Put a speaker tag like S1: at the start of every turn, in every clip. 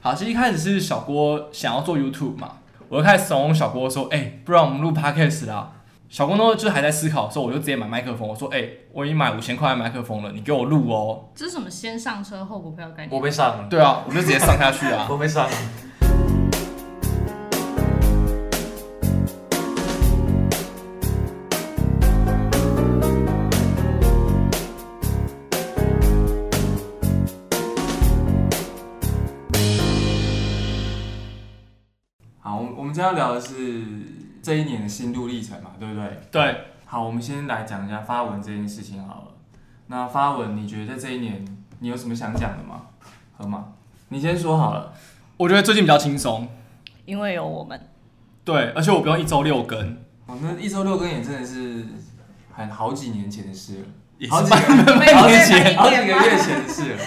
S1: 好，其实一开始是小郭想要做 YouTube 嘛，我就开始怂恿小郭说，哎、不然我们录 Podcast 啦。小郭呢就是还在思考的时候，我就直接买麦克风，我说，哎、我已经买五千块的麦克风了，你给我录哦。
S2: 这是什么先上车后股票概
S3: 我
S2: 念？
S3: 被上了，
S1: 对啊，我就直接上下去啊。
S3: 我被上了。
S4: 好，我们我们今天要聊的是这一年的心路历程嘛，对不对？
S1: 对，
S4: 好，我们先来讲一下发文这件事情好了。那发文，你觉得在这一年你有什么想讲的吗？河马，你先说好了。
S1: 我觉得最近比较轻松，
S2: 因为有我们，
S1: 对，而且我不用一周六更，
S4: 我们哦一周六更也真的是很好几年前的事 了，
S1: 也
S4: 好
S1: 是
S4: 几个
S2: 每个
S4: 好
S2: 月
S4: 几
S2: 买
S4: 个好几
S2: 一
S4: 个
S2: 遍吗？
S4: 月前的事 了。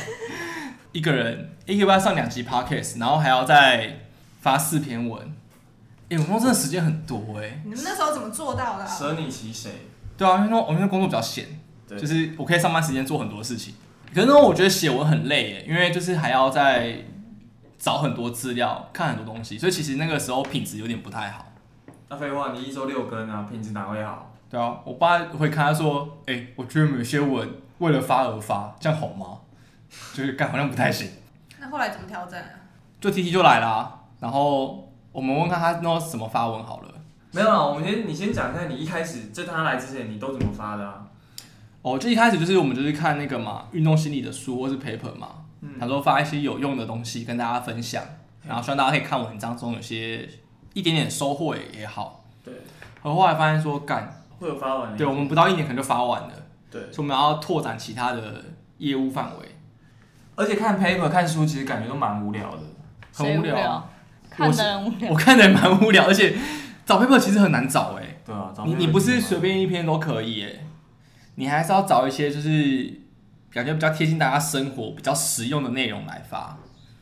S1: 一个人一个礼拜上两集 Podcast，然后还要再发四篇文。哎、我们公司真的时间很多哎、
S5: 你们那时候怎么做到的啊、
S4: 舍你其谁？
S1: 对啊，因为说我们工作比较闲，
S4: 对
S1: 就是我可以上班时间做很多事情。可是呢，我觉得写文很累耶，因为就是还要再找很多资料，看很多东西，所以其实那个时候品质有点不太好。
S4: 那废话，你一周六更啊，品质哪会好？
S1: 对啊，我爸会看他说：“哎、我觉得有些文为了发而发，这样好吗？” 就是干好像不太行。
S5: 那后来怎么调整啊？
S1: 就 T T 就来啦，然后我们问看他那怎么发文好了。
S4: 没有啊，我们先你先讲一下，你一开始在他来之前，你都怎么发的啊？
S1: 哦，就一开始就是我们就是看那个嘛，运动心理的书或是 paper 嘛，
S4: 嗯
S1: 他说发一些有用的东西跟大家分享，然后希望大家可以看文章中有些一点点收获也好。
S4: 对，
S1: 而后来发现说，干，
S4: 会有发文
S1: 对我们不到一年可能就发完了，
S4: 对
S1: 所以我们要拓展其他的业务范围，
S4: 而且看 paper 看书，其实感觉都蛮无聊的。
S1: 很
S2: 谁
S1: 无
S2: 无
S1: 聊啊。
S2: 聊，看的人无聊。
S1: 我看的也蛮无聊，而且找 paper 其实很难找哎、
S4: 对啊，找
S1: 你
S4: paper
S1: 你不是
S4: 干嘛
S1: 随便一篇都可以耶，你还是要找一些就是感觉比较贴近大家生活、比较实用的内容来发。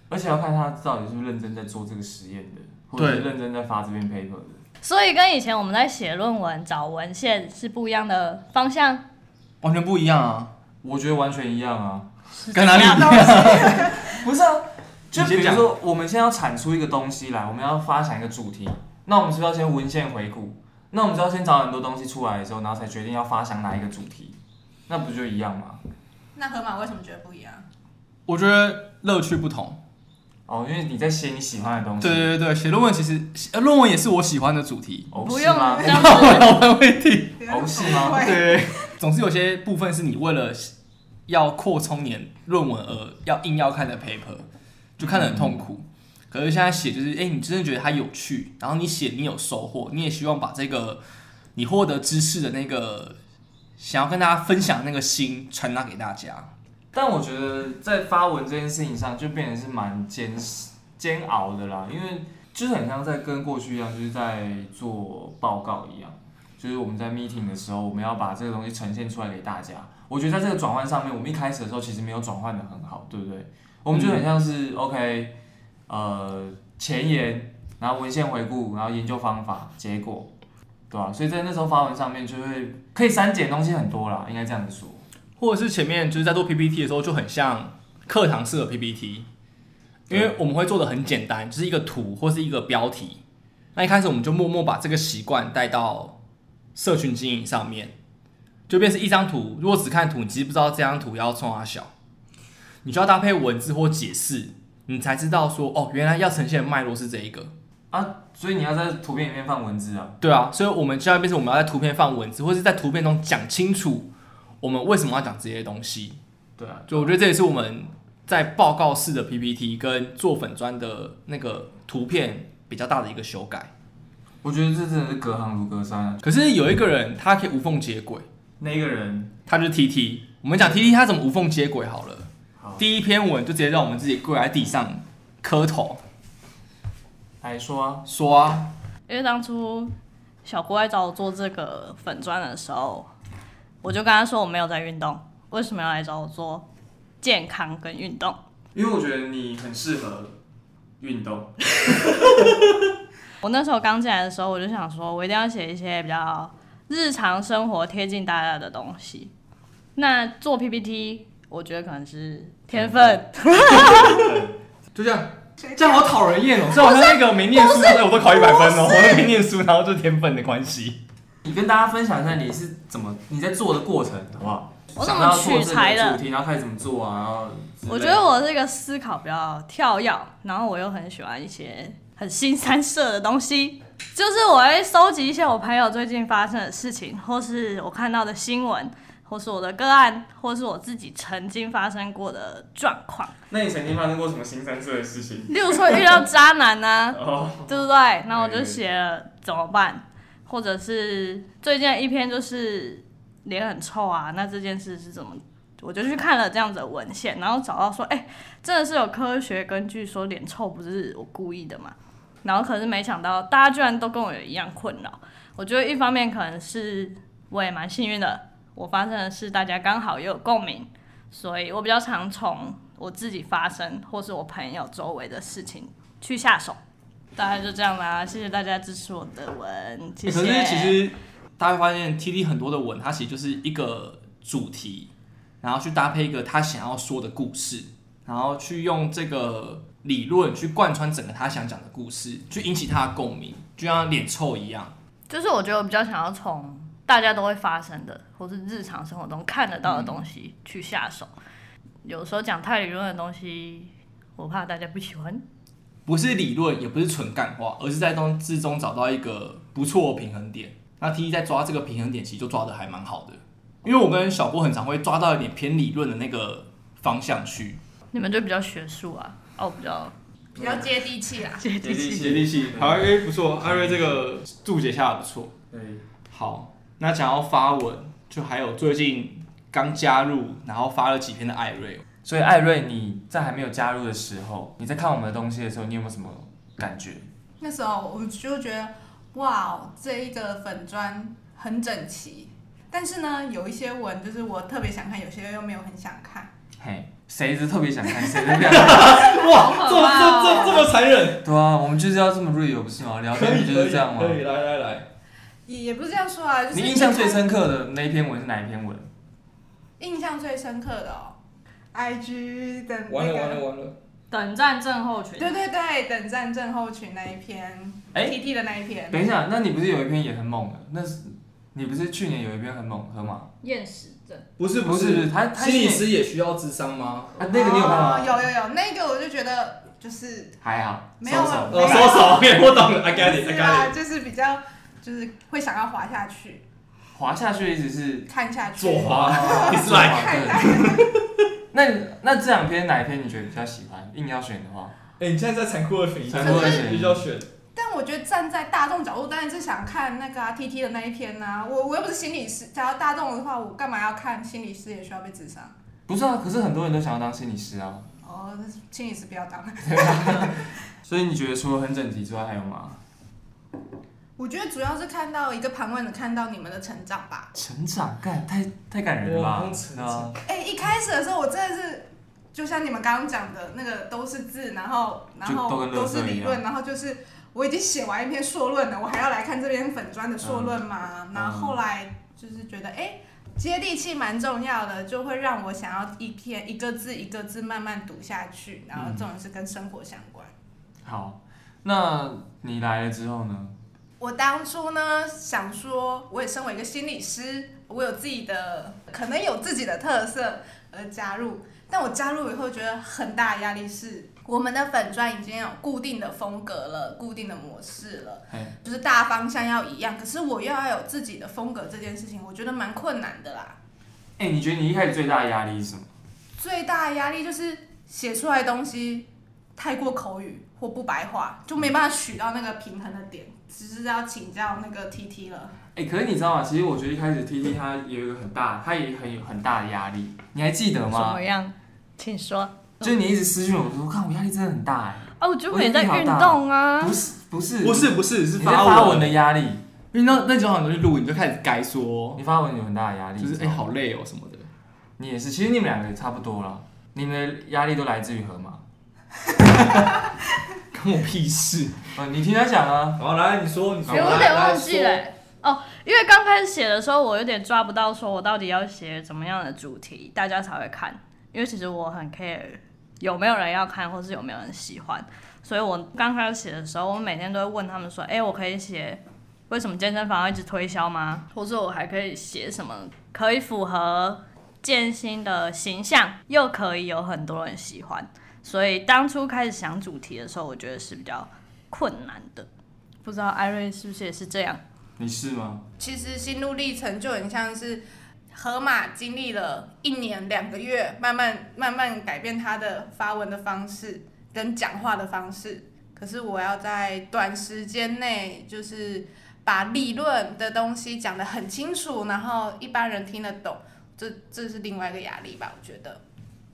S4: 而且要看他到底是不是认真在做这个实验的，或者是认真在发这篇 paper 的。
S2: 所以跟以前我们在写论文、找文献是不一样的方向。
S1: 完全不一样啊！
S4: 我觉得完全一样啊，
S1: 跟哪里
S2: 怎么
S1: 一样？
S4: 不是啊，就
S1: 你先
S4: 比如
S1: 讲
S4: 说我们现在要产出一个东西来，我们要发想一个主题，那我们是不是要先文献回顾？那我们就要先找很多东西出来的时候，然后才决定要发想哪一个主题，那不就一样吗？
S5: 那河马为什么觉得不一样？
S1: 我觉得乐趣不同。
S4: 哦，因为你在写你喜欢的东西，。
S1: 对对对对，写论文其实呃论文也是我喜欢的主题
S4: 哦，
S2: 不
S4: 是
S2: 用
S4: 吗
S2: 这？样 子，
S1: 老板会听。
S4: 哦是吗
S5: 会
S1: 对，总是有些部分是你为了要扩充你的论文而要硬要看的 paper，就看得很痛苦。可是现在写就是，哎、你真的觉得它有趣，然后你写你有收获，你也希望把这个你获得知识的那个想要跟大家分享的那个心传达给大家。
S4: 但我觉得在发文这件事情上，就变得是蛮煎煎熬的啦，因为就是很像在跟过去一样，就是在做报告一样，就是我们在 meeting 的时候，我们要把这个东西呈现出来给大家。我觉得在这个转换上面，我们一开始的时候其实没有转换的很好，对不对？我们就很像是、OK，呃，前言，然后文献回顾，然后研究方法、结果，对吧、所以在那时候发文上面，就会可以删减的东西很多啦，应该这样子说。
S1: 或者是前面就是在做 PPT 的时候，就很像课堂式的 PPT，因为我们会做的很简单，就是一个图或是一个标题。那一开始我们就默默把这个习惯带到社群经营上面，就变成一张图。如果只看图，你其实不知道这张图要冲它小，你就要搭配文字或解释，你才知道说哦，原来要呈现的脉络是这一个。
S4: 啊，所以你要在图片里面放文字啊。
S1: 对啊，所以我们就要变成我们要在图片放文字，或是在图片中讲清楚我们为什么要讲这些东西。
S4: 对啊，
S1: 就我觉得这也是我们在报告式的 PPT 跟做粉砖的那个图片比较大的一个修改。
S4: 我觉得这真的是隔行如隔山啊。
S1: 可是有一个人他可以无缝接轨，
S4: 那个人，
S1: 他就是 TT。我们讲 TT 他怎么无缝接轨好了。
S4: 好，
S1: 第一篇文就直接让我们自己跪在地上磕头
S4: 来说啊，
S1: 说啊，
S2: 因为当初小郭来找我做这个粉砖的时候，我就跟他说我没有在运动，为什么要来找我做健康跟运动？
S4: 因为我觉得你很适合运动。
S2: 我那时候刚进来的时候，我就想说，我一定要写一些比较日常生活贴近大家的东西。那做 PPT，我觉得可能是天分，
S1: 就这样
S5: 谁
S4: 这样好讨人厌哦。
S1: 这好像那个没念书，哎我都考一百分哦，我都没念书，然后就天分的关系。
S4: 你跟大家分享一下你是怎么你在做的过程，好不好？
S2: 我怎
S4: 想
S2: 么
S4: 到
S2: 取
S4: 做
S2: 材
S4: 这个
S2: 的
S4: 主？题，然后开始怎么做啊？然后之类的
S2: 我觉得我这个思考比较跳跃，然后我又很喜欢一些很新三色的东西，就是我会收集一些我朋友最近发生的事情，或是我看到的新闻，或是我的个案，或是我自己曾经发生过的状况，
S3: 那你曾经发生过什么新三色的事 情？
S2: 例如说遇到渣男 呢、
S3: 哦，
S2: 对不对？然后我就写了怎么办，或者是最近的一篇就是脸很臭啊，那这件事是怎么？我就去看了这样子的文献，然后找到说，哎、真的是有科学根据说脸臭不是我故意的嘛。然后可是没想到大家居然都跟我有一样困扰。我觉得一方面可能是我也蛮幸运的，我发生的事大家刚好也有共鸣，所以我比较常从我自己发生或是我朋友周围的事情去下手。大概就这样啦，谢谢大家支持我的文，谢
S1: 可
S2: 谢。
S1: 是其实大家会发现 T D 很多的文，它其实就是一个主题，然后去搭配一个他想要说的故事，然后去用这个理论去贯穿整个他想讲的故事，去引起他的共鸣，就像脸臭一样。
S2: 就是我觉得我比较想要从大家都会发生的，或是日常生活中看得到的东西去下手。有时候讲太理论的东西，我怕大家不喜欢。
S1: 不是理论，也不是纯干话，而是在中之中找到一个不错的平衡点。那 T 一在抓这个平衡点，其实就抓的还蛮好的。因为我跟小郭很常会抓到一点偏理论的那个方向去。
S2: 你们就比较学术啊，哦，比较
S5: 比较接地气啦。
S2: 接地气。
S1: 接力系，好，哎、不错，艾瑞这个注解下的不错。
S4: 对
S1: 好，那讲到发文，就还有最近刚加入，然后发了几篇的艾瑞，
S4: 所以艾瑞，你在还没有加入的时候，你在看我们的东西的时候，你有没有什么感觉？
S5: 那时候我就觉得，哇，这一个粉砖很整齐。但是呢，有一些文就是我特别想看，有些又没有很想看。
S4: 嘿，谁是特别想看，谁是不想看？
S2: 啊
S5: 哇，
S1: 这么这这这么残忍，
S4: 对啊，我们就是要这么 real 不是吗？聊
S1: 可
S4: 天
S1: 以
S4: 不就是这样吗
S1: 可？以可以，来来来，
S5: 也也不是这样说啊，就是
S4: 你印象最深刻的那一篇文是哪一篇文？
S5: 印象最深刻的哦，IG 的
S3: 完
S5: 那
S3: 了完了
S5: 个，
S3: 完了，
S2: 等战症候群
S5: 对对对，等战症候群那一篇
S4: 哎
S5: ，TT 的那一篇，
S4: 等一下，那你不是有一篇也很猛的？那是你不是去年有一篇很猛喝吗？
S2: 厌食症，
S1: 不是
S4: 不是，不是，他他
S1: 哎心理师也需要智商吗？
S4: 啊，那个你有看吗？
S5: 哦有有有，那个我就觉得就是
S4: 还好，
S5: 没有
S4: 收手
S5: 啊
S1: 哦，收手，OK，我懂了，I get
S4: 哎
S5: 不
S1: it，I
S5: 是
S1: got
S5: 啦
S1: it。
S5: 就是比较就是会想要滑下去，
S4: 滑下去的意思是
S5: 看下去，
S1: 左滑
S4: 啊
S1: It's
S4: 对
S1: like-
S4: 那那这两篇哪一篇你觉得比较喜欢？硬要选的话，
S1: 哎，你现在在残酷的选，
S4: 残酷
S5: 的
S4: 选
S1: 必须要选。
S5: 但我觉得站在大众角度，当然是想看那个啊 T T 的那一篇呐、我我又不是心理师，假如大众的话，我干嘛要看心理师也需要被智商？
S4: 不是啊？可是很多人都想要当心理师啊。
S5: 哦，那是心理师不要当。
S4: 所以你觉得除了很整齐之外还有吗？
S5: 我觉得主要是看到一个盘问的，看到你们的成长吧。
S4: 成长，干太太感人了
S3: 哇
S4: 吧
S3: 好？成
S4: 对啊，
S5: 哎、一开始的时候我真的是，就像你们刚刚讲的那个都是字，然后然
S4: 就都
S5: 后
S4: 跟垃圾
S5: 都是理
S4: 一
S5: 论，然后就是我已经写完一篇硕论了，我还要来看这篇粉砖的硕论吗？
S4: 嗯
S5: 然后后来就是觉得哎。接地气蛮重要的，就会让我想要一篇一个字一个字慢慢读下去，然后
S4: 嗯
S5: 这种是跟生活相关。
S4: 好，那你来了之后呢？
S5: 我当初呢想说，我也身为一个心理师，我有自己的可能有自己的特色而加入，但我加入以后觉得很大的压力是，我们的粉砖已经有固定的风格了，固定的模式了，
S4: 嘿，
S5: 就是大方向要一样，可是我又要有自己的风格这件事情，我觉得蛮困难的啦。
S4: 哎、你觉得你一开始最大的压力是什么？
S5: 最大的压力就是写出来的东西太过口语或不白话，就没办法取到那个平衡的点，只是要请教那个 TT 了。
S4: 哎、可是你知道吗？其实我觉得一开始 T T 他也有一个很大，他也很有很大的压力。你还记得
S2: 怎
S4: 吗
S2: 么？啊样？请说。
S4: 就是你一直私讯我说，看我压力真的很大哎、
S2: 哦，我就没在运动啊
S4: 不，是不是
S1: 不是不是，是
S4: 你在发文
S1: 文
S4: 的。压力，
S1: 因为那那时候很容易录，你就开始该说，
S4: 你发文有很大的压力，
S1: 就是
S4: 你知
S1: 哎
S4: 道吗
S1: 好累哦什么的。
S4: 你也是，其实你们两个也差不多啦，你们的压力都来自于河马。
S1: 关我屁事！
S4: 啊，你听他讲啊，
S3: 好来你说你说，
S2: 哎、我有点忘记了、
S3: 来。来说
S2: 哦，因为刚开始写的时候，我有点抓不到，说我到底要写怎么样的主题，大家才会看。因为其实我很 care 有没有人要看，或是有没有人喜欢。所以我刚开始写的时候，我每天都会问他们说：“哎、我可以写为什么健身房要一直推销吗？或者我还可以写什么可以符合建新的形象，又可以有很多人喜欢。”所以当初开始想主题的时候，我觉得是比较困难的。不知道艾瑞是不是也是这样？
S4: 你是吗？
S5: 其实心路历程就很像是河马经历了一年两个月，慢慢慢慢改变他的发文的方式跟讲话的方式。可是我要在短时间内，就是把理论的东西讲得很清楚，然后一般人听得懂，这这是另外一个压力吧，我觉得。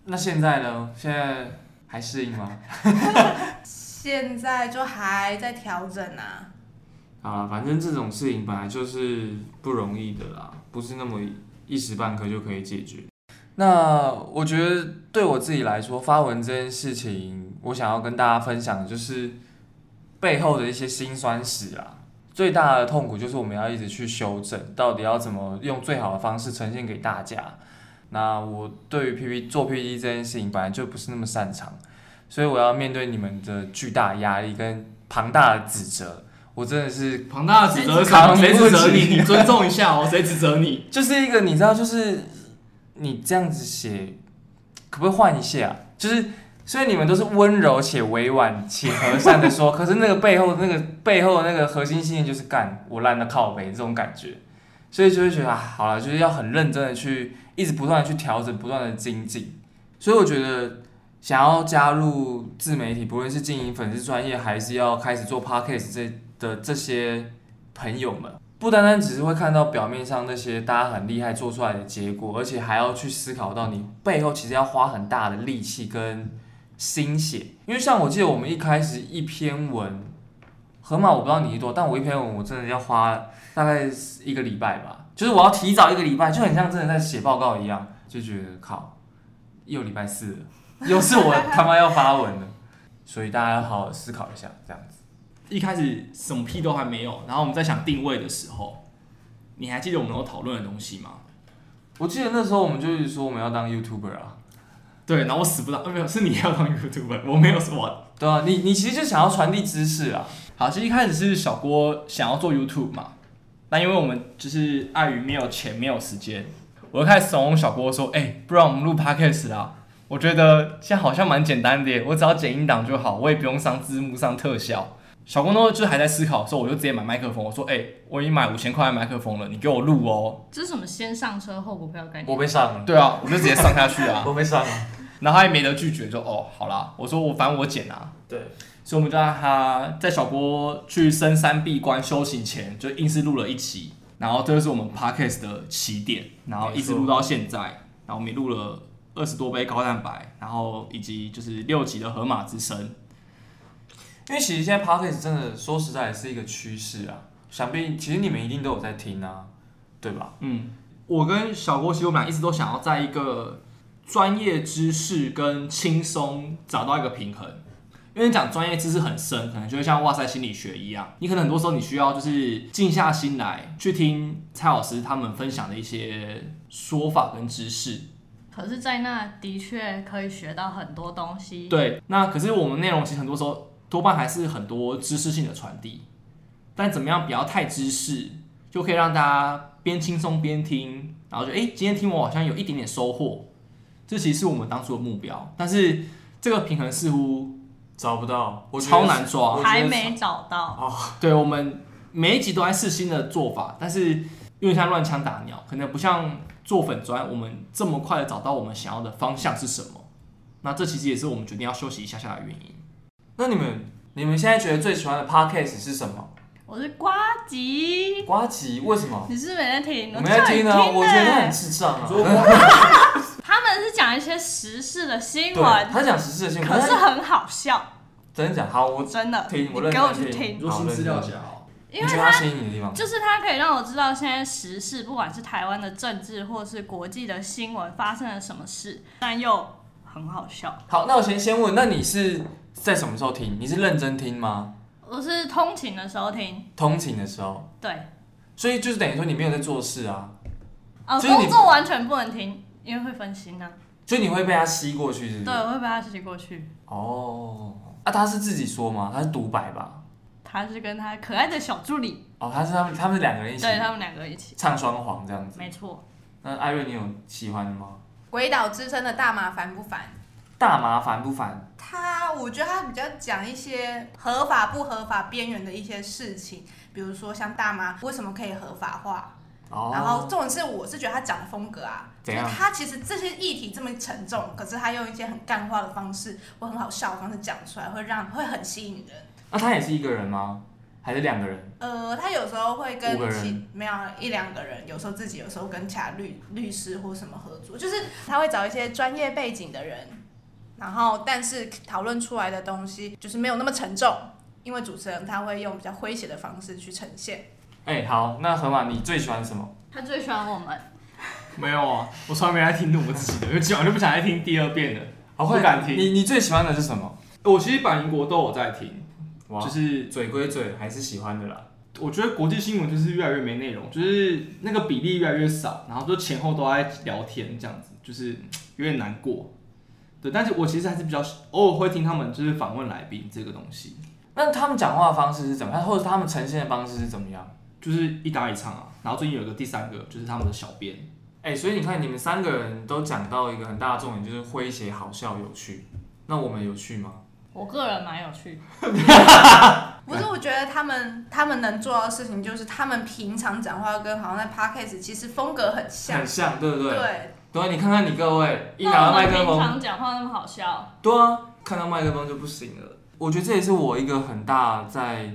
S4: 那现在呢？现在还适应吗？
S5: 现在就还在调整啊，
S4: 啊，反正这种事情本来就是不容易的啦，不是那么一时半刻就可以解决。那我觉得对我自己来说，发文这件事情，我想要跟大家分享的就是背后的一些辛酸史啦。最大的痛苦就是我们要一直去修正，到底要怎么用最好的方式呈现给大家。那我对于 P P 做 P P 这件事情本来就不是那么擅长，所以我要面对你们的巨大压力跟庞大的指责，我真的是
S1: 庞大的指责是什
S4: 扛
S1: 么
S4: 不起
S1: 谁指责你？你尊重一下哦，谁指责你？
S4: 就是一个你知道，就是你这样子写，可不可以换一下、啊？就是虽然你们都是温柔且委婉且和善的说，可 是那个背后那个背后那个核心信念就是干我烂的靠北这种感觉，所以就会觉得啊，好了，就是要很认真的去一直不断的去调整，不断的精进。所以我觉得想要加入自媒体，不论是经营粉丝专业，还是要开始做 podcast 这的这些朋友们。不单单只是会看到表面上那些大家很厉害做出来的结果，而且还要去思考到你背后其实要花很大的力气跟心血。因为像我记得我们一开始一篇文，河马我不知道你多，但我一篇文我真的要花大概一个礼拜吧，就是我要提早一个礼拜，就很像真的在写报告一样，就觉得靠，又礼拜四了，又是我他妈要发文了，所以大家要好好思考一下，这样子。
S1: 一开始什么屁都还没有，然后我们在想定位的时候，你还记得我们有讨论的东西吗？
S4: 我记得那时候我们就一直说我们要当 YouTuber 啊。
S1: 对，然后我死不当，呃，没有，是你要当 YouTuber，我没有说我。
S4: 对啊，你你其实就想要传递知识啊。
S1: 好，其实一开始是小郭想要做 YouTube 嘛，那因为我们就是碍于没有钱、没有时间，我就开始怂恿小郭说：“哎、不然我们录 Podcast 啊。”我觉得现在好像蛮简单的耶，我只要剪音档就好，我也不用上字幕、上特效。小郭那时候就是还在思考的时候，我就直接买麦克风。我说：“哎、我已经买五千块的麦克风了，你给我录哦。
S2: 这是什么先上车后补票概
S4: 我
S2: 念？
S4: 被上”了，
S1: 对啊，我就直接上下去啊。
S4: 我被上了。
S1: 然后他也没得拒绝，就哦，好啦，我说我反正我剪啊。
S4: 对，
S1: 所以我们就让他在小郭去深山闭关修行前，就硬是录了一期，然后这就是我们 podcast 的起点，然后一直录到现在，然后我们也录了二十多杯高蛋白，然后以及就是六集的河马之声，
S4: 因为其实现在 podcast 真的说实在也是一个趋势啊，想必其实你们一定都有在听啊，对吧？
S1: 嗯，我跟小郭其实我们俩一直都想要在一个专业知识跟轻松找到一个平衡，因为你讲专业知识很深，可能就会像哇塞心理学一样，你可能很多时候你需要就是静下心来去听蔡老师他们分享的一些说法跟知识。
S2: 可是，在那的确可以学到很多东西。
S1: 对，那可是我们内容其实很多时候多半还是很多知识性的传递，但怎么样不要太知识，就可以让大家边轻松边听，然后就哎、诶今天听我好像有一点点收获，这其实是我们当初的目标，但是这个平衡似乎
S4: 找不到，我觉得
S1: 超难抓，
S4: 我觉得
S2: 还没找到。
S1: 对我们每一集都在试新的做法，但是有点像乱枪打鸟，可能不像做粉砖，我们这么快的找到我们想要的方向是什么。那这其实也是我们决定要休息一下下的原因。
S4: 那你们你们现在觉得最喜欢的 podcast 是什么？
S2: 我是瓜吉，
S4: 瓜吉为什么？
S2: 你是不是没在听？欸
S4: 我没在听
S2: 呢、
S4: 啊，我觉得他很智障啊。
S2: 他们是讲一些时事的新
S4: 对，
S2: 闻，
S4: 他讲时事的新闻，
S2: 可
S4: 可
S2: 是很好笑，
S4: 真的讲好，我
S2: 真的。
S4: 听我
S2: 你
S4: 认
S2: 给我
S4: 真
S2: 去听，
S4: 好认真
S1: 哦。
S2: 因
S4: 你
S2: 为
S4: 觉得
S2: 他
S4: 他吸引你的地方，
S2: 就是它可以让我知道现在时事，不管是台湾的政治或是国际的新闻发生了什么事，但又很好笑。
S4: 好，那我先先问，那你是在什么时候听？你是认真听吗？
S2: 我是通勤的时候听，
S4: 通勤的时候，
S2: 对，
S4: 所以就是等于说你没有在做事啊，
S2: 呃，
S4: 所以你
S2: 工作完全不能听，因为会分心啊。
S4: 所以你会被他吸过去，是不是？
S2: 对，我会被它吸过去。
S4: 哦，啊，他是自己说吗？他是独白吧？
S2: 他是跟他可爱的小助理，
S4: 哦，他是他们他们两个人一起
S2: 对他们两个一起，
S4: 唱双簧这样子。
S2: 没错，
S4: 那艾瑞，你有喜欢的吗？
S5: 鬼岛之声的大麻烦不烦？
S4: 大麻烦不烦？
S5: 他，我觉得他比较讲一些合法不合法边缘的一些事情，比如说像大麻为什么可以合法化，
S4: 哦，
S5: 然后重点是我是觉得他讲的风格啊，就
S4: 怎
S5: 是
S4: 样
S5: 他其实这些议题这么沉重，可是他用一些很干话的方式或很好笑的方式讲出来，会让会很吸引人。
S4: 那他也是一个人吗？还是两个人？
S5: 呃，他有时候会跟
S4: 五个人
S5: 其没有一两个人，有时候自己，有时候跟其他律律师或什么合作，就是他会找一些专业背景的人，然后但是讨论出来的东西就是没有那么沉重，因为主持人他会用比较诙谐的方式去呈现。
S4: 哎、好，那河马你最喜欢什么？
S2: 他最喜欢我们，
S1: 没有啊，我从来没来听我自己的，因为今晚就不想再听第二遍了。
S4: 好
S1: 不敢听
S4: 你你最喜欢的是什么？
S1: 我其实百灵国都有在听，
S4: 哇，
S1: 就是
S4: 嘴归嘴，还是喜欢的啦。
S1: 我觉得国际新闻就是越来越没内容，就是那个比例越来越少，然后就前后都在聊天这样子，就是嗯有点难过。对，但是我其实还是比较偶尔会听他们就是访问来宾这个东西，
S4: 那他们讲话的方式是怎么样，或者是他们呈现的方式是怎么样？
S1: 就是一搭一唱啊。然后最近有一个第三个就是他们的小编，
S4: 哎、所以你看，你们三个人都讲到一个很大的重点，就是诙谐、好笑、有趣。那我们有趣吗？
S2: 我个人蛮有趣的，
S5: 不是，我觉得他们他们能做到的事情，就是他们平常讲话跟好像在 podcast 其实风格很像
S4: 很，像，对不对？
S5: 对，
S4: 对，你看看你各位，一拿
S2: 那
S4: 到
S2: 我
S4: 麦
S2: 们
S4: 克
S2: 平
S4: 风，
S2: 常讲话那么好笑，
S4: 对啊，看到麦克风就不行了。我觉得这也是我一个很大在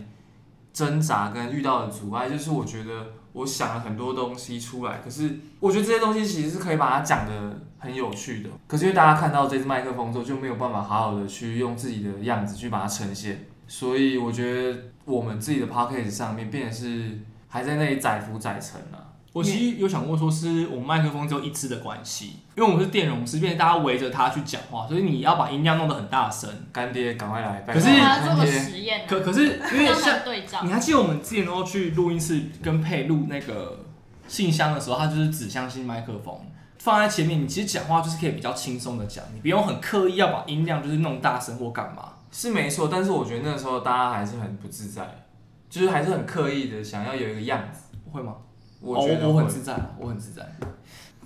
S4: 挣扎跟遇到的阻碍，就是我觉得我想了很多东西出来，可是我觉得这些东西其实是可以把它讲的很有趣的，可是因为大家看到这支麦克风之后就没有办法好好的去用自己的样子去把它呈现，所以我觉得我们自己的 p o c k a t e 上面变得是还在那里载浮载沉啊。
S1: 我其实有想过说是我们麦克风只有一支的关系，因为我们是电容式，变成大家围着它去讲话，所以你要把音量弄得很大声。
S4: 干爹，赶快来！拜
S1: 可是
S4: 托
S2: 我还要做
S4: 干
S2: 个
S4: 爹，
S2: 实验呢，
S1: 可可是因为
S2: 让他
S1: 像
S2: 们对照
S1: 你，还记得我们之前都去录音室跟佩录那个信箱的时候，它就是指向性麦克风放在前面，你其实讲话就是可以比较轻松的讲，你不用很刻意要把音量就是弄大声或干嘛。
S4: 是没错，但是我觉得那时候大家还是很不自在，就是还是很刻意的想要有一个样子。
S1: 会吗？
S4: 我觉得
S1: 哦、我
S4: 会、啊
S1: 很自在，我很自 在。哦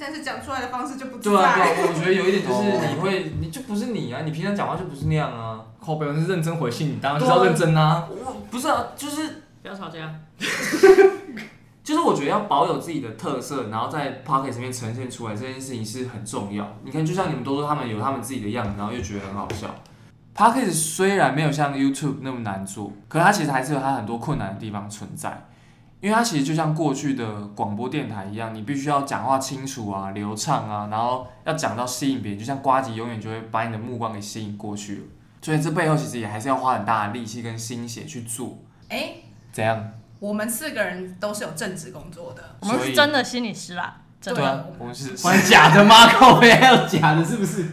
S5: 但是讲出来的方式就不自
S4: 对啊，对
S5: 在。
S4: 啊，我觉得有一点就是
S1: 哦
S4: 你会，你就不是你啊，你平常讲话就不是那样啊。
S1: 靠北，我是认真回信，你当然就是要认真 啊。
S4: 我不是啊，就是
S2: 不要吵架，
S4: 就是我觉得要保有自己的特色，然后在 p o c k e t 上面呈现出来这件事情是很重要。你看，就像你们都说他们有他们自己的样子，然后又觉得很好笑。p o c k e t 虽然没有像 YouTube 那么难做，可它其实还是有它很多困难的地方存在，因为它其实就像过去的广播电台一样，你必须要讲话清楚啊、流畅啊，然后要讲到吸引别人，就像瓜吉永远就会把你的目光给吸引过去了。所以这背后其实也还是要花很大的力气跟心血去做。
S5: 哎、
S4: 怎样？
S5: 我们四个人都是有正职工作的，
S2: 我们
S4: 所以
S2: 是真的心理师啦，真
S4: 对
S2: 的，
S4: 啊，我们是
S1: 玩假的吗？ 靠北还有假的，是不是？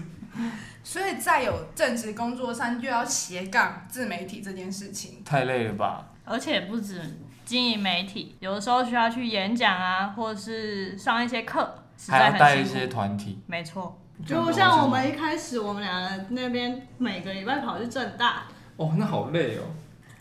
S5: 所以在有正职工作上又要斜杠自媒体这件事情，
S4: 太累了吧？
S2: 而且不止经营媒体，有的时候需要去演讲啊，或是上一些课，实
S4: 还
S2: 在
S4: 要带一
S2: 很辛
S4: 些
S2: 苦。
S4: 团体，
S2: 没错，
S4: 这样
S2: 就
S4: 子
S2: 像我们一开始，我们两个那边每个礼拜跑去正大，
S1: 哦，那好累哦。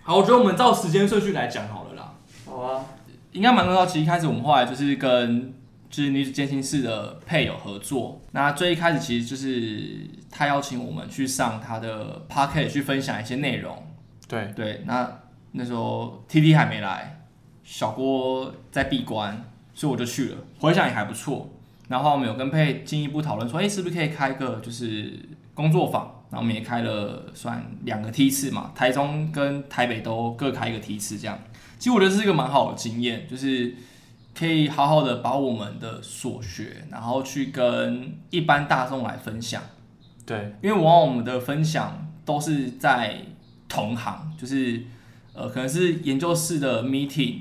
S1: 好，我觉得我们照时间顺序来讲好了啦。
S4: 好啊，
S1: 应该蛮多到，其实一开始我们后来就是跟就是女子监听室的配友合作。那最一开始其实就是他邀请我们去上他的 p o c k e t 去分享一些内容。
S4: 对，
S1: 对，那那时候 T T 还没来，小郭在闭关，所以我就去了。回想也还不错。然后我们有跟佩进一步讨论说，哎、是不是可以开个就是工作坊？然后我们也开了算两个梯次嘛，台中跟台北都各开一个梯次，这样。其实我觉得这是一个蛮好的经验，就是可以好好的把我们的所学，然后去跟一般大众来分享。
S4: 对，
S1: 因为往往我们的分享都是在同行，就是呃，可能是研究室的 meeting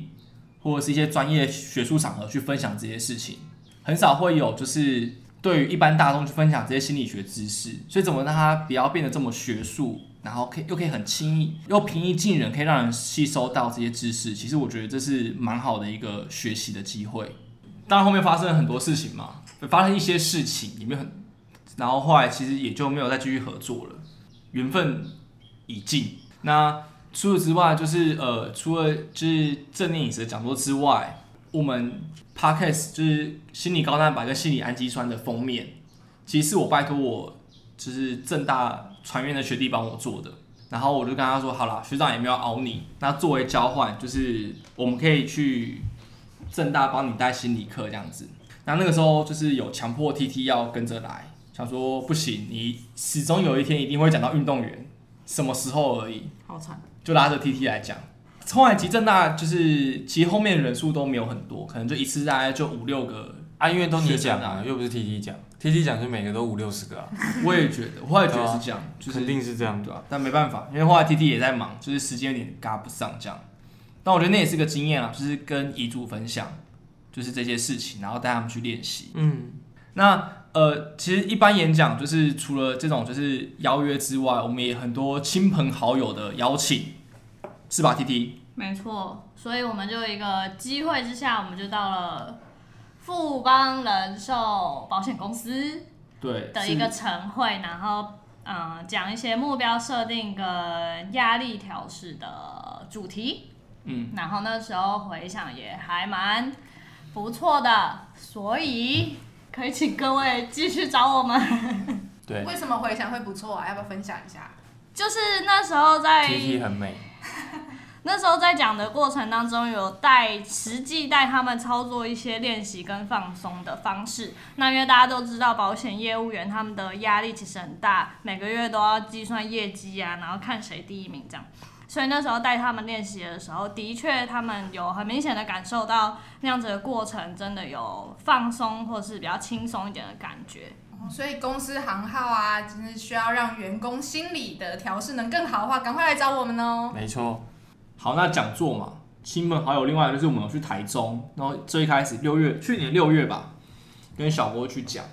S1: 或者是一些专业学术场合去分享这些事情，很少会有就是对于一般大众去分享这些心理学知识，所以怎么让它不要变得这么学术，然后可以又可以很轻易又平易近人，可以让人吸收到这些知识，其实我觉得这是蛮好的一个学习的机会。当然后面发生了很多事情嘛，发生一些事情，里面很然后后来其实也就没有再继续合作了，缘分以进。那除此之外，就是呃，除了就是正念饮食的讲座之外，我们 podcast 就是心理高蛋白跟心理氨基酸的封面，其实是我拜托我就是正大传院的学弟帮我做的。然后我就跟他说，好啦，学长也没有熬你，那作为交换，就是我们可以去正大帮你带心理课这样子。那那个时候就是有强迫 TT 要跟着来，想说不行，你始终有一天一定会讲到运动员，什么时候而已，
S2: 好惨，
S1: 就拉着 TT 来讲。后来集正大就是其实后面人数都没有很多，可能就一次大概就五六个。
S4: 啊，因为都你
S1: 学生
S4: 讲
S1: 啊
S4: 啊，又不是 T T 讲，T T 讲就每个都五六十个啊，
S1: 我也觉得，我也觉得是这样，就是
S4: 肯定是这样的。
S1: 对啊，但没办法，因为后来 T T 也在忙，就是时间有点赶不上这样。但我觉得那也是个经验啊，就是跟遗嘱分享，就是这些事情，然后带他们去练习。
S4: 嗯，
S1: 那呃，其实一般演讲就是除了这种就是邀约之外，我们也很多亲朋好友的邀请，是吧？T T，
S2: 没错。所以我们就有一个机会之下，我们就到了富邦人寿保险公司。
S1: 对
S2: 的一个晨会，然后嗯，讲一些目标设定跟压力调试的主题。
S1: 嗯，
S2: 然后那时候回想也还蛮不错的，所以可以请各位继续找我们。
S4: 对
S5: 为什么回想会不错啊？要不要分享一下？
S2: 就是那时候在
S4: ，T T 很美，
S2: 那时候在讲的过程当中，有带实际带他们操作一些练习跟放松的方式。那因为大家都知道，保险业务员他们的压力其实很大，每个月都要计算业绩啊，然后看谁第一名这样。所以那时候带他们练习的时候，的确他们有很明显的感受到那样子的过程真的有放松或是比较轻松一点的感觉。
S5: 哦所以公司行号啊，就是需要让员工心理的调试能更好的话，赶快来找我们哦。
S4: 没错，
S1: 好，那讲座嘛，亲朋好友，另外就是我们有去台中，然后最开始六月，去年六月吧，跟小郭去讲。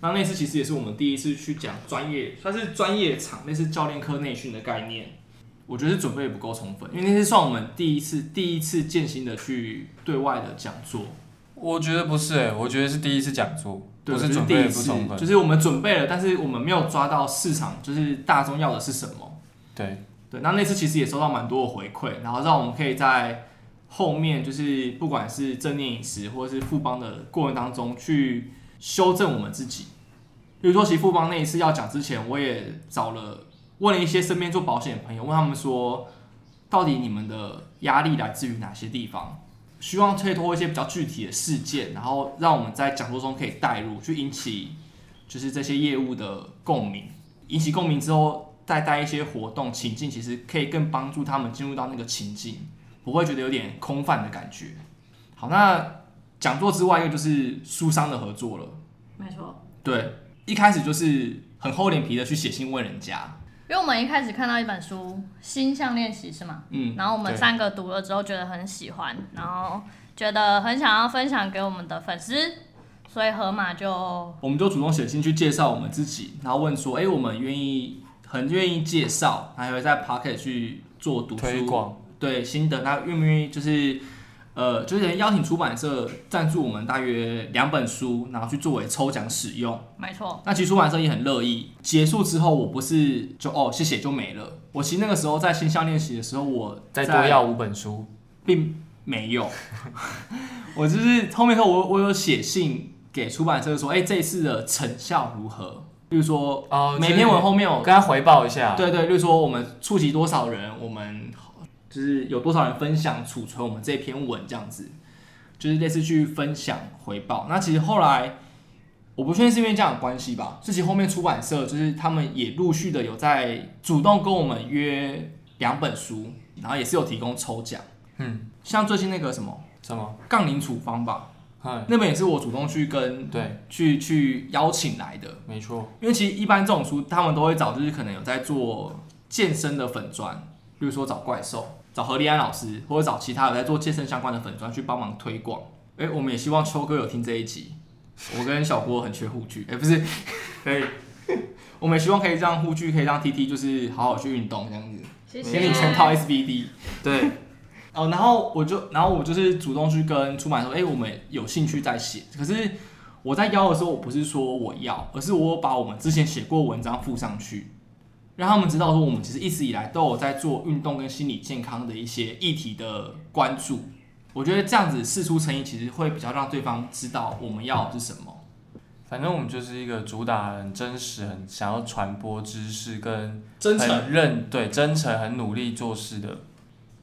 S1: 那那次其实也是我们第一次去讲专业，算是专业场，类似教练课内训的概念。我觉得是准备不够充分，因为那次算我们第一次第一次见心的去对外的讲座，
S4: 我觉得不是哎、我觉得是第一次讲座，
S1: 对
S4: 不
S1: 就是
S4: 准
S1: 第
S4: 备
S1: 一
S4: 不
S1: 次
S4: 充，分，
S1: 就是我们准备了，但是我们没有抓到市场，就是大众要的是什么。
S4: 对，
S1: 对，那那次其实也收到蛮多的回馈，然后让我们可以在后面就是不管是正念饮食或是富邦的过程当中去修正我们自己。比如说，其实富邦那一次要讲之前，我也找了问了一些身边做保险的朋友，问他们说，到底你们的压力来自于哪些地方？希望推脱一些比较具体的事件，然后让我们在讲座中可以带入，去引起就是这些业务的共鸣。引起共鸣之后，再带一些活动情境，其实可以更帮助他们进入到那个情境，不会觉得有点空泛的感觉。好，那讲座之外，一个就是书商的合作了。
S2: 没错。
S1: 对，一开始就是很厚脸皮的去写信问人家，
S2: 因为我们一开始看到一本书《星象练习》是吗？
S1: 嗯，
S2: 然后我们
S4: 对
S2: 三个读了之后觉得很喜欢，然后觉得很想要分享给我们的粉丝，所以河马就
S1: 我们就主动写信去介绍我们自己，然后问说，哎、我们愿意很愿意介绍，还会在 Pocket 去做读书
S4: 推广，
S1: 对心得，那愿不愿意就是呃，就是邀请出版社赞助我们大约两本书，然后去作为抽奖使用。
S2: 没错，
S1: 那其实出版社也很乐意。结束之后，我不是就哦谢谢就没了。我其实那个时候在新校练习的时候，我
S4: 再多要五本书，
S1: 并没有， 我就是后面课我我有写信给出版社说，哎、这一次的成效如何？比如说
S4: 哦
S1: 每篇文后面有
S4: 我跟他回报一下，
S1: 对对，例如说我们触及多少人，我们就是有多少人分享储存我们这篇文这样子，就是类似去分享回报。那其实后来我不确定是因为这样的关系吧，是其实后面出版社就是他们也陆续的有在主动跟我们约两本书，然后也是有提供抽奖，
S4: 嗯，
S1: 像最近那个什么
S4: 什么？
S1: 杠铃处方吧，
S4: 嗯，
S1: 那本也是我主动去跟
S4: 对，
S1: 去去邀请来的。
S4: 没错，
S1: 因为其实一般这种书，他们都会找就是可能有在做健身的粉砖，比如说找怪兽、找何立安老师，或者找其他有在做健身相关的粉砖去帮忙推广。哎、我们也希望秋哥有听这一集。我跟小郭很缺护具，哎、不是，
S4: 可以，
S1: 我们也希望可以让护具可以让 TT 就是好好去运动这样子，
S2: 谢
S1: 给你全套 SBD。
S4: 对，
S1: 哦，然后我就，然后我就是主动去跟出版社说，哎、我们有兴趣在写。可是我在邀的时候，我不是说我要，而是我把我们之前写过文章附上去，因让他们知道说我们其实一直以来都有在做运动跟心理健康的一些议题的关注。我觉得这样子事出诚意，其实会比较让对方知道我们要的是什么。
S4: 反正我们就是一个主打很真实、很想要传播知识跟
S1: 真诚，
S4: 很认对真诚、很努力做事的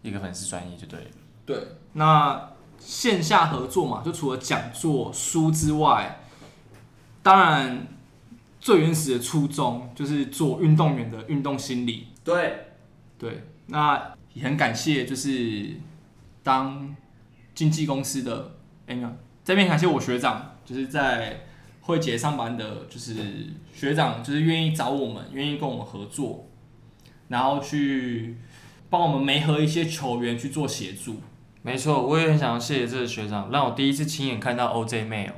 S4: 一个粉丝专业就对了。
S1: 对，那线下合作嘛，就除了讲座、书之外，当然最原始的初衷就是做运动员的运动心理。
S3: 对，
S1: 对，那也很感谢，就是当经纪公司的，哎、没有，这边感谢我学长，就是在慧姐上班的，就是学长，就是愿意找我们，愿意跟我们合作，然后去帮我们媒合一些球员去做协助。
S4: 没错，我也很想要谢谢这个学长，让我第一次亲眼看到 OJ Mail，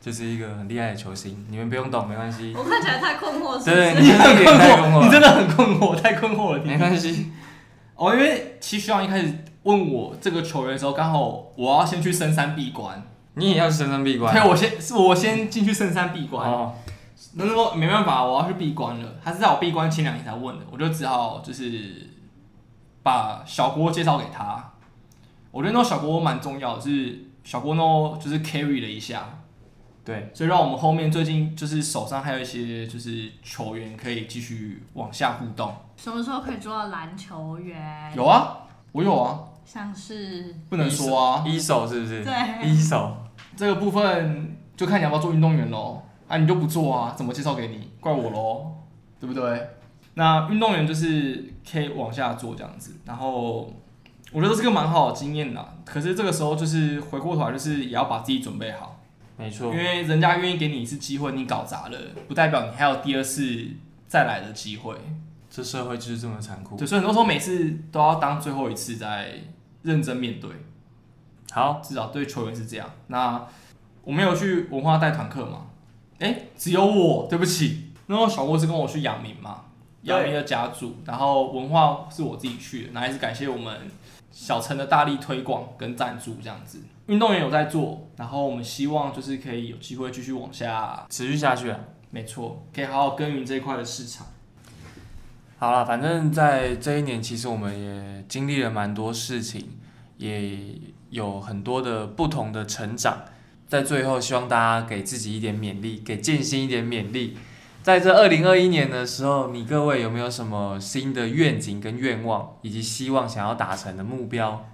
S4: 这是一个很厉害的球星，你们不用懂没关系。
S2: 我看起来太困惑，是 不
S4: 对，
S2: 是？
S4: 你真的有点太困惑
S1: 你真
S4: 了，
S1: 的很困惑，太困惑了。
S4: 没关系，
S1: 哦，因为其实学长一开始问我这个球员的时候，刚好我要先去深山闭关，
S4: 你也要深深闭 关。
S1: 对，我啊先是我先进去深山闭关，
S4: 啊哦，
S1: 那时候没办法，我要去闭关了。他是在我闭关前两天才问的，我就只好就是把小郭介绍给他。我觉得那时候小郭蛮重要的，是小郭呢就是 carry 了一下，
S4: 对，
S1: 所以让我们后面最近就是手上还有一些就是球员可以继续往下互动。
S2: 什么时候可以做到篮球员？
S1: 有啊，我有啊，
S2: 像是
S1: 不能说啊，
S4: 一手是不是？
S2: 对
S4: 一手。
S1: 这个部分就看你要不要做运动员喽。啊，你就不做啊，怎么介绍给你？怪我喽，对不对？那运动员就是可以往下做这样子，然后我觉得这个蛮好的经验啦。可是这个时候就是回过头来，就是也要把自己准备好，
S4: 没
S1: 因
S4: 错，
S1: 为人家愿意给你一次机会，你搞砸了，不代表你还有第二次再来的机会。
S4: 这社会就是这么残酷
S1: 对，。所以很多时候每次都要当最后一次再认真面对。
S4: 好，
S1: 至少对球员是这样。那我没有去文化带团课嘛？哎、只有我，对不起。那时候小郭是跟我去阳明嘛，
S3: 对
S1: 阳明的家住，然后文化是我自己去的，那还是感谢我们小陈的大力推广跟赞助这样子。运动员有在做，然后我们希望就是可以有机会继续往下，
S4: 持续下去啊。
S1: 没错，可以好好耕耘这一块的市场。
S4: 好了，反正在这一年，其实我们也经历了蛮多事情，也有很多的不同的成长。在最后，希望大家给自己一点勉励，给建新一点勉励。在这二零二一年的时候，你各位有没有什么新的愿景跟愿望，以及希望想要达成的目标？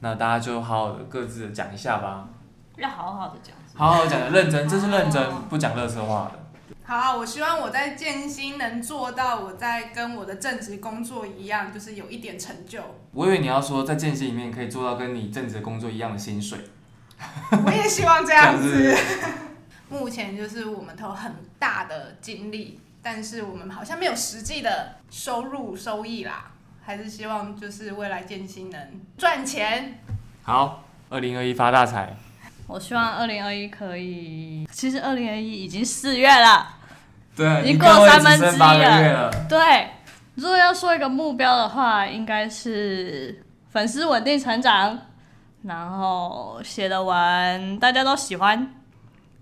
S4: 那大家就好好的各自的讲一下吧，
S2: 要好好的讲。
S4: 好好地讲的认真，这是认真，不讲乐色话的。
S5: 好啊，我希望我在建新能做到我在跟我的正职工作一样，就是有一点成就。
S4: 我以为你要说在间隙里面可以做到跟你正职的工作一样的薪水，
S5: 我也希望这
S4: 这
S5: 样
S4: 样
S5: 子
S4: 子。
S5: 目前就是我们都有很大的精力，但是我们好像没有实际的收入收益啦，还是希望就是未来建新能赚钱。
S4: 好，二零二一发大财，
S2: 我希望二零二一可以，其实二零二一已经四月了，
S4: 对
S2: 已经过了三分之一了
S4: 你各位只剩八个月了，
S2: 对。如果要说一个目标的话，应该是粉丝稳定成长，然后写的文大家都喜欢。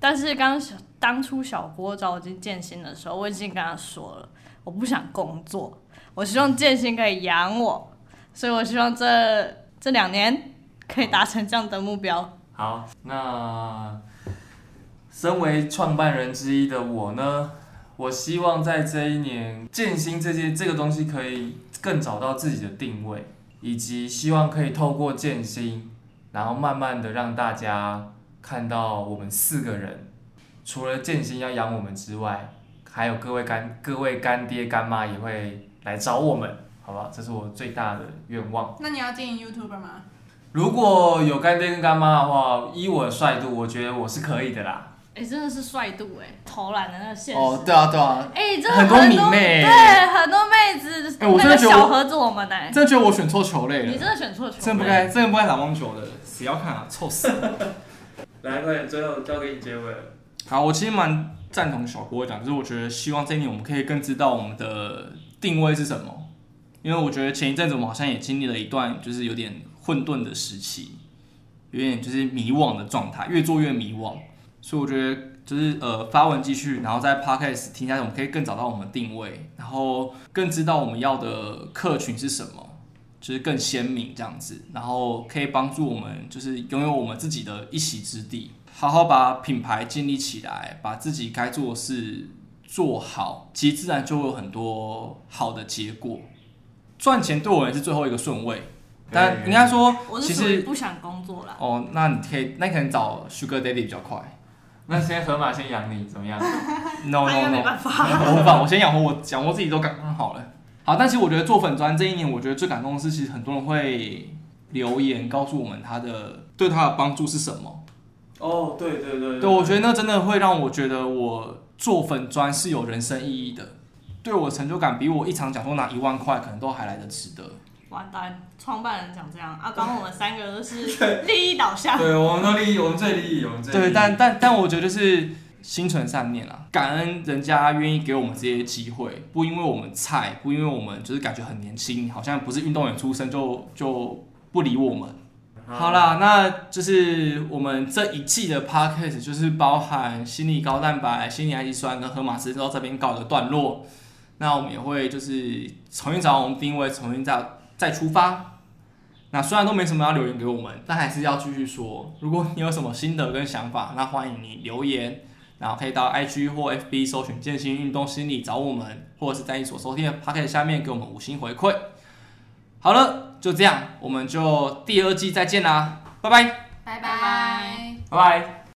S2: 但是刚小当初小郭找我进建新的时候，我已经跟他说了，我不想工作，我希望建新可以养我，所以我希望这这两年可以达成这样的目标。
S4: 好，那身为创办人之一的我呢，我希望在这一年建新这些这个东西可以更找到自己的定位，以及希望可以透过建新，然后慢慢的让大家看到我们四个人，除了建新要养我们之外，还有各位干各位干爹干妈也会来找我们，好吧？这是我最大的愿望。
S5: 那你要经营 YouTuber 吗？
S4: 如果有干爹跟干妈的话，依我的帅度，我觉得我是可以的啦。
S2: 哎、真的是帅度哎、投篮的那个现实。
S1: 哦，对啊，对啊，
S2: 哎、真的
S1: 很多迷妹
S2: 对，很多妹子，
S1: 哎我
S2: 那
S1: 真
S2: 个
S1: 的觉得
S2: 小
S1: 我
S2: 盒子我们哎、
S1: 真的觉得我选错球类
S2: 你
S1: 了，
S2: 真的选错球，
S1: 真的不该，真的不该打网球的，谁要看啊，臭死！
S3: 来快点，最后交给你结尾了。
S1: 好，我其实蛮赞同小郭讲，就是我觉得希望这一年我们可以更知道我们的定位是什么，因为我觉得前一阵子我们好像也经历了一段就是有点混沌的时期，有点就是迷惘的状态，越做越迷惘，所以我觉得就是呃发文继续，然后在 podcast 听下去，我们可以更找到我们的定位，然后更知道我们要的客群是什么，就是更鲜明这样子，然后可以帮助我们就是拥有我们自己的一席之地，好好把品牌建立起来，把自己该做的事做好，其实自然就会有很多好的结果。赚钱对我也是最后一个顺位，但
S4: 对
S1: 应该说，
S2: 我
S1: 其
S2: 是属于
S1: 实
S2: 不想工作啦。
S1: 哦，那你可以，那你可能找 Sugar Daddy 比较 快。
S4: 那先河马先养你怎么样？
S1: No
S2: 那应
S1: No No，
S2: 该没 办法。
S1: 我无法，我先养活我，养活自己都感刚好了。好，但其实我觉得做粉砖这一年，我觉得最感动的是，其实很多人会留言告诉我们他的对他的帮助是什么。
S3: 哦，对对对
S1: 对，我觉得那真的会让我觉得我做粉砖是有人生意义的，对我成就感比我一场讲座拿一万块可能都还来得值得。
S2: 完蛋，创办人讲这样啊，刚刚我们三个都是 利益导向。
S4: 对，我们都利益，我们最利益，我们最利益。
S1: 对，但但但我觉得就是心存善念啦，感恩人家愿意给我们这些机会，不因为我们菜，不因为我们就是感觉很年轻，好像不是运动员出身就就不理我们。好，啦，那就是我们这一季的 podcast 就是包含心理高蛋白、心理氨基酸跟河马斯到这边告一个段落。那我们也会就是重新找我们定位，重新再再出发。那虽然都没什么要留言给我们，但还是要继续说。如果你有什么心得跟想法，那欢迎你留言，然后可以到 IG 或 FB 搜寻“健心运动心理”找我们，或者是在你所收听的 podcast 下面给我们五星回馈。好了，就这样，我们就第二季再见啦，拜拜。
S5: 拜
S2: 拜拜
S4: 拜拜。